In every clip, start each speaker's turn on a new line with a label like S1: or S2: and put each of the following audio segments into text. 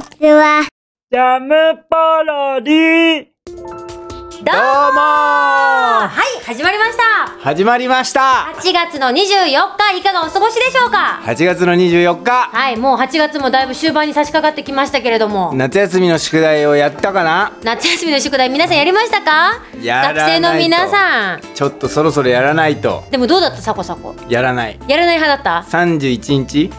S1: ちは。
S2: ジャムパロディ
S3: どうもはい、始まりました
S4: 始まりました
S3: 8月の24日、いかがお過ごしでしょうか
S4: 8月の24日
S3: はい、もう8月もだいぶ終盤に差し掛かってきましたけれども
S4: 夏休みの宿題をやったかな
S3: 夏休みの宿題皆さんやりましたか
S4: やら
S3: 学
S4: ないと
S3: 生の皆さん
S4: ちょっとそろそろやらないと
S3: でもどうだったサコサコ
S4: やらない
S3: やらない派だっ
S4: 31日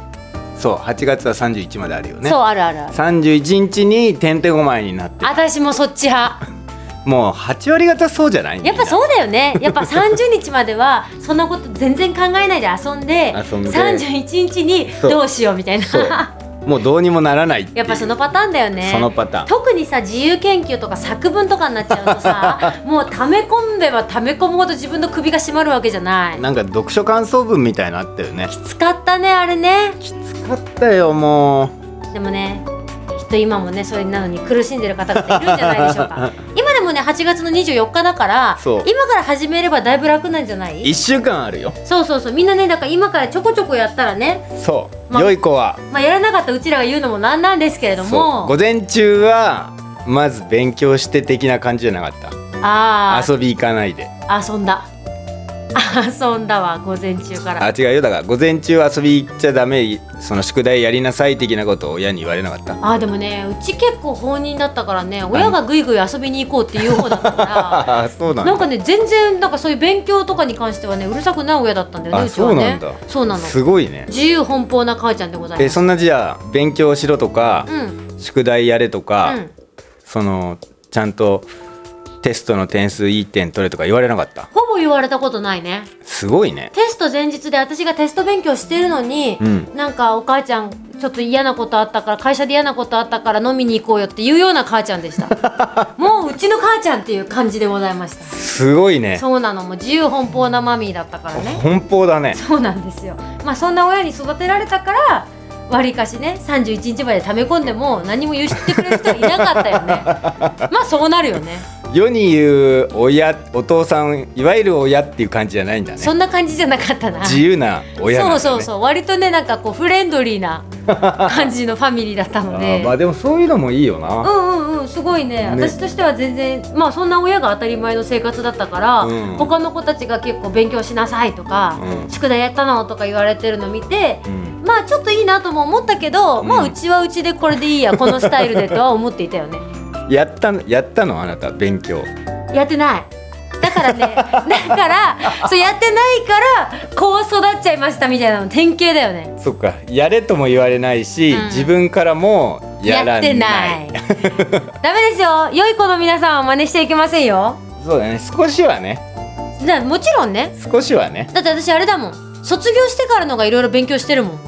S4: そう8月は31まであるよ
S3: た、
S4: ね
S3: そう、あるあるある
S4: 31日にてんてこまいになって
S3: 私もそっち派
S4: もう8割方そうじゃない
S3: やっぱ
S4: う
S3: そうだよ ねやっぱ30日まではそんなこと全然考えないで遊んで
S4: 遊んで
S3: 31日に
S4: そう
S3: どうしようみたい
S4: そう
S3: な
S4: もうどうにもならないっていう
S3: やっぱそのパターンだよね
S4: そのパターン
S3: 特にさ自由研究とか作文とかになっちゃうと さもう溜め込んでは溜め込むほど自分の首が締まるわけじゃない
S4: なんか読書感想文みたいのあったよね
S3: 使ったねあれね
S4: 使ったよもう
S3: でもねきっと今もねそれなのに苦しんでる方々いるんじゃないでしょう か今でもね8月の24日だから
S4: そう
S3: 今から始めればだいぶ楽なんじゃない
S4: 1週間あるよ
S3: そうそうそうみんなねだから今からちょこちょこやったらね、
S4: そう、
S3: ま
S4: 良い子は
S3: まあ、やらなかったうちらが言うのもなんなんですけれど
S4: そう
S3: も
S4: 午前中はまず勉強して的な感じじゃなかった
S3: あ
S4: 遊び行かないで
S3: あ遊んだ 遊んだわ午前中から
S4: あ違うよだから午前中遊び行っちゃダメその宿題やりなさい的なことを親に言われなかった
S3: あーでもねうち結構放任だったからね親がぐいぐい遊びに行こうっていう方だったか
S4: ああそうな
S3: ら
S4: ん
S3: な
S4: だ
S3: んかね全然なんかそういう勉強とかに関してはねうるさくない親だったんだよね
S4: あ
S3: うちは
S4: そうな
S3: ね
S4: んだ
S3: そうなの
S4: すごいね
S3: 自由奔放な母ちゃんでござい
S4: え
S3: ます
S4: そんなじゃあ勉強しろとか、
S3: うんうん
S4: 宿題やれとか、そのちゃんとテストの点数いい点取れとか言われなかった
S3: ほぼ言われたことないね
S4: すごいね
S3: テスト前日で私がテスト勉強してるのに、
S4: うん
S3: なんかお母ちゃんちょっと嫌なことあったから会社で嫌なことあったから飲みに行こうよっていうような母ちゃんでした もううちの母ちゃんっていう感じでございました
S4: すごいね
S3: そうなのもう自由奔放なマミーだったからね
S4: 奔放だね
S3: そうなんですよ。まあそんな親に育てられたから、わりかしね、31日まで溜め込んでも何も言ってくれる人はいなかったよ ね。まあそうなるよね。
S4: 世に言う親お父さんいわゆる親っていう感じじゃないんだね
S3: そんな感じじゃなかったな。
S4: 自由な親なんだ、ね、
S3: そうそうそう割とねなんかこうフレンドリー な感じのファミリーだったの
S4: あ
S3: で
S4: ーまあでもそういうのもいいよな、
S3: うんうんうんすごいね私としては全然まあそんな親が当たり前の生活だったから、
S4: うん
S3: 他の子たちが結構勉強しなさいとか、
S4: うん
S3: 宿題やったのとか言われてるの見て、
S4: うん
S3: まあちょっといいなとも思ったけど、
S4: うん
S3: まあうちはうちでこれでいい やこのスタイルでとは思っていたよね
S4: やったやったのあなた勉強
S3: やってないだから ねだからそうやってないからこう育っちゃいましたみたいなの典型だよね
S4: そっかやれとも言われないし、
S3: うん
S4: 自分からもやらない
S3: ってないダメですよ良い子の皆さんは真似していけませんよ
S4: そうだね少しはね
S3: だもちろんね
S4: 少しはね
S3: だって私あれだもん卒業してからのがいろいろ勉強してるもん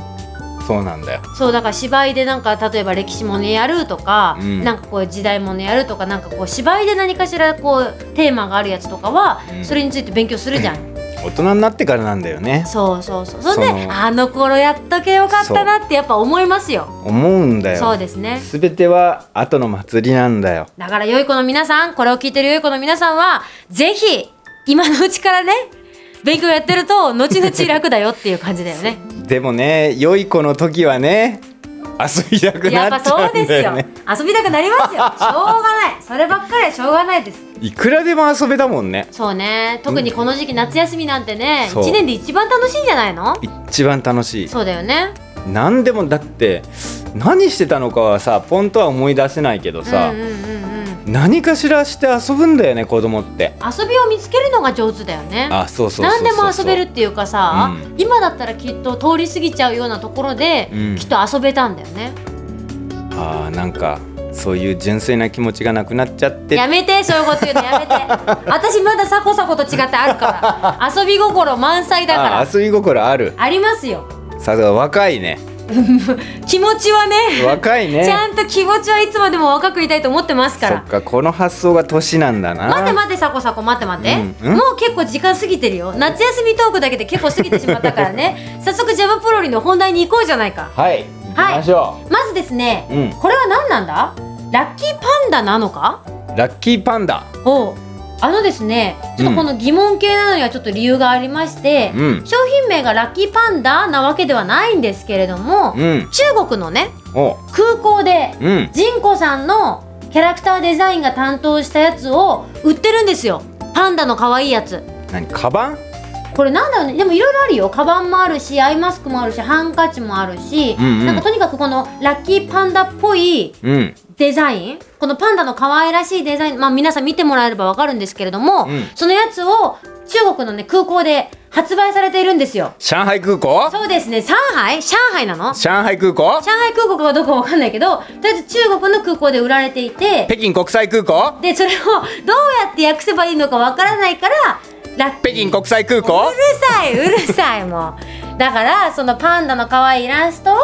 S4: そうなんだよ
S3: そうだから芝居でなんか例えば歴史ものやるとか、
S4: うん
S3: なんかこう時代ものやるとかなんかこう芝居で何かしらこうテーマがあるやつとかは、
S4: うん
S3: それについて勉強するじゃん、
S4: 大人になってからなんだよね
S3: そうそうそうそんで
S4: その
S3: あの頃やっとけよかったなってやっぱ思いますよ
S4: 思うんだよ
S3: そうですね
S4: 全ては後の祭りなんだよ
S3: だから良い子の皆さんこれを聞いてる良い子の皆さんはぜひ今のうちからね勉強やってると後々楽だよっていう感じだよね
S4: でもね良い子の時はね遊びたく
S3: やっぱ
S4: なっちゃ
S3: そううんです
S4: だ
S3: よ
S4: よね
S3: 遊びたくなりますよしょうがないそればっかりはしょうがないです
S4: いくらでも遊べたもんね
S3: そうね特にこの時期夏休みなんてね
S4: そう
S3: 1年で一番楽しいんじゃないの
S4: 一番楽しい
S3: そうだよね
S4: 何でもだって何してたのかはさポンとは思い出せないけどさ、
S3: うんうんうんうん
S4: 何かしらして遊ぶんだよね子供って
S3: 遊びを見つけるのが上手だよね
S4: あそうそうそうそう
S3: 何でも遊べるっていうかさ、
S4: う
S3: 今だったらきっと通り過ぎちゃうようなところで、
S4: うん
S3: きっと遊べたんだよね
S4: あーなんかそういう純粋な気持ちがなくなっちゃって
S3: やめてそういうこと言うのやめ て私まだサコサコと違ってあるから遊び心満載だから
S4: あ
S3: あ
S4: ー遊び心ある
S3: りますよ
S4: さすが若いね
S3: 気持ちはね
S4: 若 いね
S3: ちゃんと気持ちはいつまでも若くいたいと思ってますか
S4: そ
S3: ら
S4: っかこの発想が年なんだな
S3: 待って待ってサコサコ待って待って、
S4: うんうん
S3: もう結構時間過ぎてるよ夏休みトークだけで結構過ぎてしまったから ね早速ジャムプロリの本題に行こうじゃないか
S4: はい行きましょ
S3: まずですね、
S4: うん
S3: これは何なんだラッキーパンダなのか
S4: う、ラッキーパンダ
S3: おうあのですねちょっとこの疑問系なのにはちょっと理由がありまして、
S4: うん
S3: 商品名がラッキーパンダなわけではないんですけれども、
S4: うん
S3: 中国のね
S4: お
S3: 空港で
S4: うん
S3: ジンコさんのキャラクターデザインが担当したやつを売ってるんですよパンダの可愛いやつ
S4: 何カバン
S3: これなんだろうねでもいろいろあるよカバンもあるしアイマスクもあるしハンカチもあるし、
S4: うんうん
S3: なんかとにかくこのラッキーパンダっぽい
S4: うん
S3: デザインこのパンダの可愛らしいデザイン、まあ、皆さん見てもらえればわかるんですけれども、
S4: うん
S3: そのやつを中国の、ね、空港で発売されているんですよ
S4: 上海空港
S3: そうですね上海上海なの上
S4: 上海空港
S3: 海空港かどうかわかんないけどとりあえず中国の空港で売られていて
S4: 北京国際空港
S3: でそれをどうやって訳せばいいのかわからないからラッキ
S4: 北
S3: ー
S4: 京国際空港
S3: うるさいうるさいもうだからそのパンダの可愛いイラストを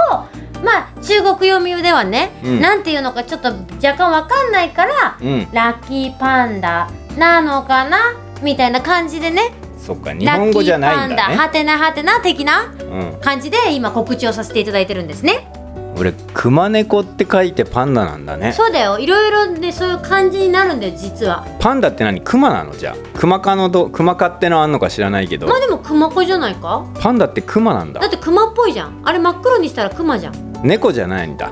S3: まあ中国読みではね、
S4: うん
S3: なんていうのかちょっと若干わかんないから、
S4: うん
S3: ラッキーパンダなのかなみたいな感じでね
S4: そっか日本語じゃない
S3: ラッキ
S4: ん
S3: ーパンダ
S4: だね
S3: はてなはてな的な
S4: うん
S3: 感じで今告知をさせていただいてるんですね
S4: 俺熊猫って書いてパンダなんだね
S3: そうだよいろいろねそういう感じになるんだよ実は
S4: パンダって何熊なのじゃあ熊科のど熊科ってのあんのか知らないけど
S3: まあでも熊子じゃないか
S4: パンダって熊なんだ
S3: だって熊っぽいじゃんあれ真っ黒にしたら熊じゃん
S4: 猫じゃないんだ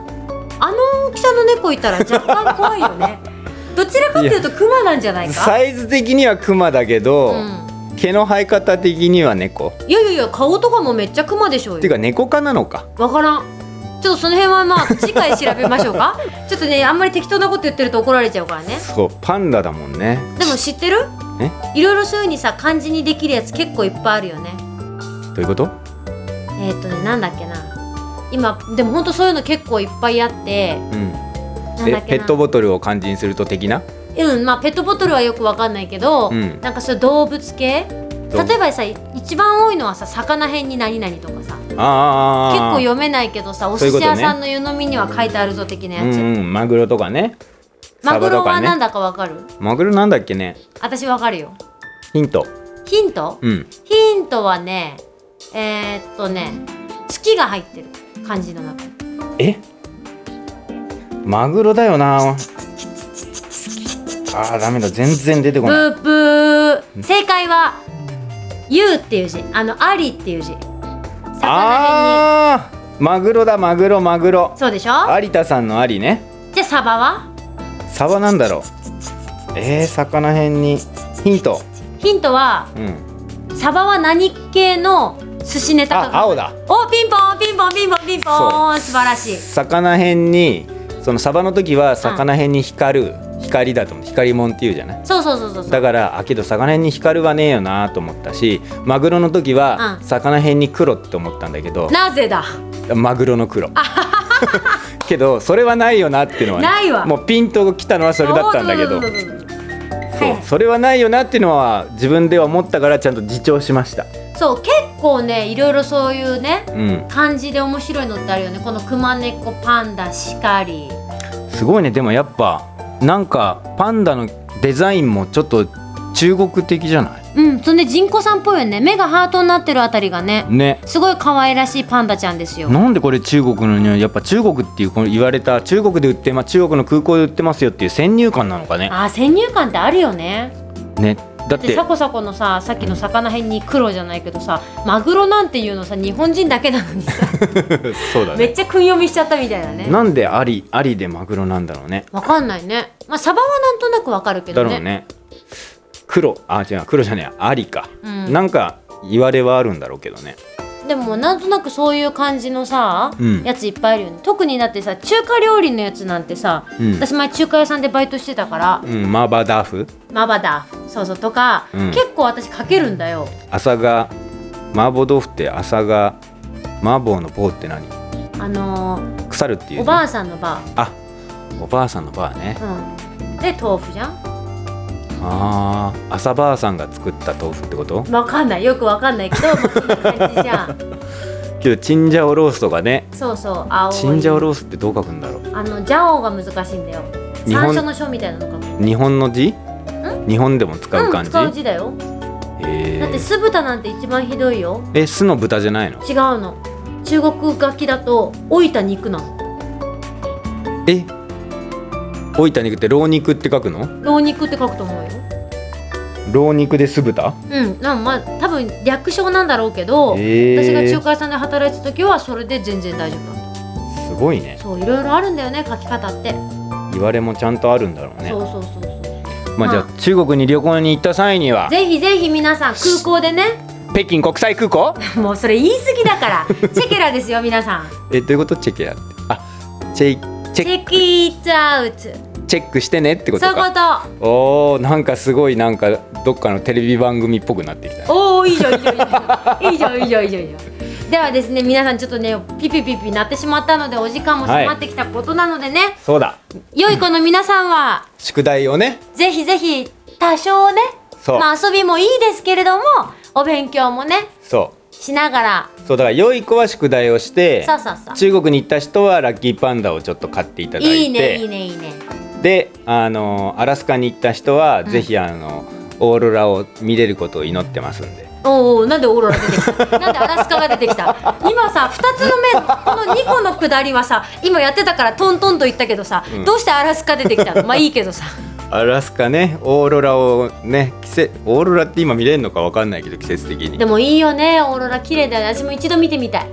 S3: あの大きさの猫いたら若干怖いよ ねどちらかというとクマなんじゃないか
S4: サイズ的には熊だけど、
S3: うん
S4: 毛の生え方的には猫
S3: いやいやいや顔とかもめっちゃクマでしょう
S4: っていう
S3: よ
S4: か猫科なのか
S3: わからんちょっとその辺はまあ次回調べましょう かちょっとねあんまり適当なこと言ってると怒られちゃうからね
S4: そうパンダだもんね
S3: でも知ってる
S4: え
S3: いろいろそういうふうにさ漢字にできるやつ結構いっぱいあるよね
S4: どういうこと
S3: えーっ、とねなんだっけな今でもほんとそういうの結構いっぱいあって
S4: うん
S3: なんだ
S4: え
S3: っ
S4: ペ
S3: け
S4: ット
S3: な
S4: ボトルを漢字にすると的な
S3: うんまあペットボトルはよくわかんないけど、
S4: うん
S3: なんかそういう動物系
S4: どう
S3: 例えばさ一番多いのはさ魚編に何々とかさ結
S4: あー
S3: 構読めないけどさお
S4: そうい
S3: 寿
S4: うこ
S3: 司
S4: とね
S3: 屋さんの湯飲みには書いてあるぞ的なやつ、
S4: うんうんマグロとかね
S3: マグロは
S4: ね
S3: 何だかわかる
S4: マグロなんだっけね
S3: 私わかるよ
S4: ヒント
S3: ヒント、
S4: うん
S3: ヒントはねえー、っとね月が入ってる漢字の中に
S4: えマグロだよなあーダメだ全然出て
S3: ブ
S4: こない
S3: ーブー正解は「ゆう」っていう字あの「あり」っていう字魚編に
S4: あーマグロだマグロマグロ
S3: そうでしょ
S4: 有田さんのアリね
S3: じゃあサバは
S4: サバなんだろうえー、魚辺にヒント
S3: ヒントは
S4: うん
S3: サバは何系の寿司ネタか
S4: あ青だ
S3: おピンポンピンポンピンポンピンポ
S4: そ
S3: ン素晴らしい
S4: 魚辺にそのサバの時は魚辺に光る光だと思う光もんっていうじゃない
S3: そうそうそうそうそう
S4: だからあけど魚辺に光はねえよなと思ったしマグロの時は
S3: うん
S4: 魚辺に黒って思ったんだけど、
S3: なぜだ
S4: マグロの黒 けどそれはないよなっていうのはね、
S3: ないわ
S4: もうピンときたのはそれだったんだけど
S3: おー
S4: そう
S3: ううはい
S4: それはないよなっていうのは自分では思ったからちゃんと自重しました
S3: そう結構ねいろいろそういうね
S4: うん
S3: 漢字で面白いのってあるよねこの熊猫パンダシカリ
S4: すごいねでもやっぱなんかパンダのデザインもちょっと中国的じゃない
S3: うんそんで人工さんっぽいよね目がハートになってるあたりがね
S4: ね
S3: すごい可愛らしいパンダちゃんですよ
S4: なんでこれ中国のにやっぱ中国っていうこの言われた中国で売ってま中国の空港で売ってますよっていう先入観なのかね
S3: あー先入観ってあるよね
S4: ねだっ
S3: で
S4: て
S3: サコサコのささっきの魚辺に黒じゃないけどさマグロなんていうのさ日本人だけなのにさ
S4: そうだ
S3: めっちゃ訓読みしちゃったみたいなね
S4: なんでアリアリでマグロなんだろうね
S3: わかんないね。まあ、サバはなんとなくわかるけ
S4: だ
S3: ど
S4: ろう
S3: ね。
S4: ね黒あ違う黒じゃねえアリか、
S3: うん
S4: なんか言われはあるんだろうけどね
S3: でもなんとなくそういう感じのさ、
S4: うん
S3: やついっぱいあるよね。特にだってさ、中華料理のやつなんてさ、
S4: うん
S3: 私前中華屋さんでバイトしてたから、
S4: うんマーバーダーフ
S3: マバダそうそうとか、
S4: うん
S3: 結構私かけるんだよ。
S4: 朝が麻婆豆腐って朝が麻婆の棒って何
S3: あのー
S4: 腐るっていう、
S3: おばあさんのバ
S4: あおばあさんのバーね
S3: ー。うん。で豆腐じゃん。
S4: あー朝ばあさんが作った豆腐ってこと
S3: わかんない。よくわかんないけど、まあ、そんな感じじゃ ん。
S4: けどチンジャオロースとかね
S3: そうそう。青い。
S4: チンジャオロースってどう書くんだろう
S3: あのジャオが難しいんだよ。
S4: 日本
S3: 山椒の書みたいなのかも。
S4: 日本の字日本でも使う
S3: うん、
S4: 感じ、
S3: 使う字だよ。
S4: へ
S3: だって
S4: ー
S3: 酢豚なんて一番ひどいよ。
S4: え酢の豚じゃないの
S3: 違うの中国楽器だと老いた肉なの
S4: え老いた肉って老肉って書くの
S3: 老肉って書くと思うよ
S4: 老肉で酢豚
S3: うん、なんまあ多分略称なんだろうけど、
S4: え
S3: 私が中
S4: ー、
S3: 華屋さんで働いてた時はそれで全然大丈夫なんだ
S4: すごいね
S3: そういろいろあるんだよね書き方って、
S4: 言われもちゃんとあるんだろうね
S3: そうそうそうそう
S4: まあじゃあ
S3: ま
S4: 中国に旅行に行った際には
S3: ぜひぜひ皆さん空港でね
S4: 北京国際空港
S3: もうそれ言い過ぎだからチェケラですよ皆さん
S4: えどういうことチェケラってあチェ
S3: チ
S4: チェ
S3: ェキイッツアウトそういう
S4: チェックしてねってこ
S3: こと
S4: か
S3: と
S4: おーなんかすごいなんかどっかのテレビ番組っぽくなってきた
S3: おおいいじゃんいいじゃんいいじゃんいいじゃんいいじゃんいいじゃんいいじゃんではですね皆さんちょっとねピピピピなってしまったのでお時間も迫ってきたことなのでね、
S4: そうだ
S3: 良い子の皆さんは
S4: 宿題をね
S3: ぜひぜひ多少ね
S4: そう
S3: まあ遊びもいいですけれどもお勉強もね
S4: そ
S3: しながら
S4: うそうだから良い子は宿題をして
S3: そうそうそう
S4: 中国に行った人はラッキーパンダをちょっと買っていただいて
S3: いいねいいねいいね
S4: であのアラスカに行った人は、ぜひあのオーロラを見れることを祈ってますんで
S3: おうおうなんでオーロラ出てきたなんでアラスカが出てきた今さ2つの面この2個の下りはさ今やってたからトントンと言ったけどさ、どうしてアラスカ出てきたのまあいいけどさ
S4: アラスカねオーロラをね季節オーロラって今見れるのかわかんないけど季節的に
S3: でもいいよねオーロラ綺麗だよ私も一度見てみたい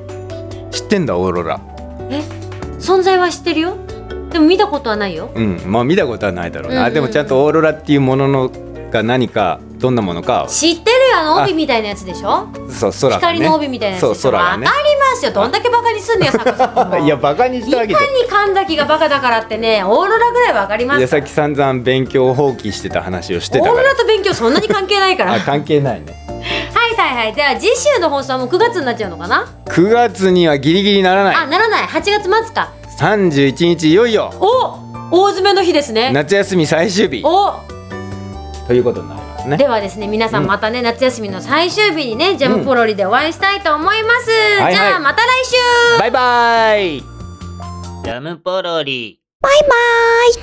S4: 知ってんだオーロラ
S3: え存在は知ってるよでも見たことはないよ
S4: うんまあ見たことはないだろう
S3: うん
S4: な、
S3: うんうん
S4: でもちゃんとオーロラっていうもののが何かどんなものか
S3: 知ってるよあの帯みたいなやつでしょ
S4: そう空が、ね、
S3: 光の帯みたいなやつ
S4: そう
S3: でしょ、
S4: 空
S3: わ
S4: が
S3: かり
S4: ね
S3: ますよどんだけバカにすんの よ坂さんも
S4: いやバカにし
S3: い
S4: た
S3: か
S4: わ
S3: に
S4: けじゃ
S3: 神崎がバカだからってねオーロラぐらいわかりま
S4: いや
S3: すか
S4: さっ
S3: ら
S4: き散々勉強を放棄してた話をして
S3: オ
S4: た
S3: ー
S4: か
S3: ロ
S4: ら
S3: ラと勉強そんなに関係ない から
S4: あ関係ないね
S3: はいはいはいでは次週の放送はもう9月になっちゃうのかな、
S4: 9月にはギリギリなら
S3: あ
S4: ない
S3: ならない8月末か
S4: 31日いよいよ
S3: お大詰めの日ですね
S4: 夏休み最終日
S3: お
S4: ということになりますね
S3: ではですね皆さ
S4: うん
S3: んまたね、夏休みの最終日にねジャムポロリでお会いしたいと思います、
S4: はいはい
S3: じゃあまた来週
S4: バイバイ
S2: ジャムポロリ。
S1: バイバイ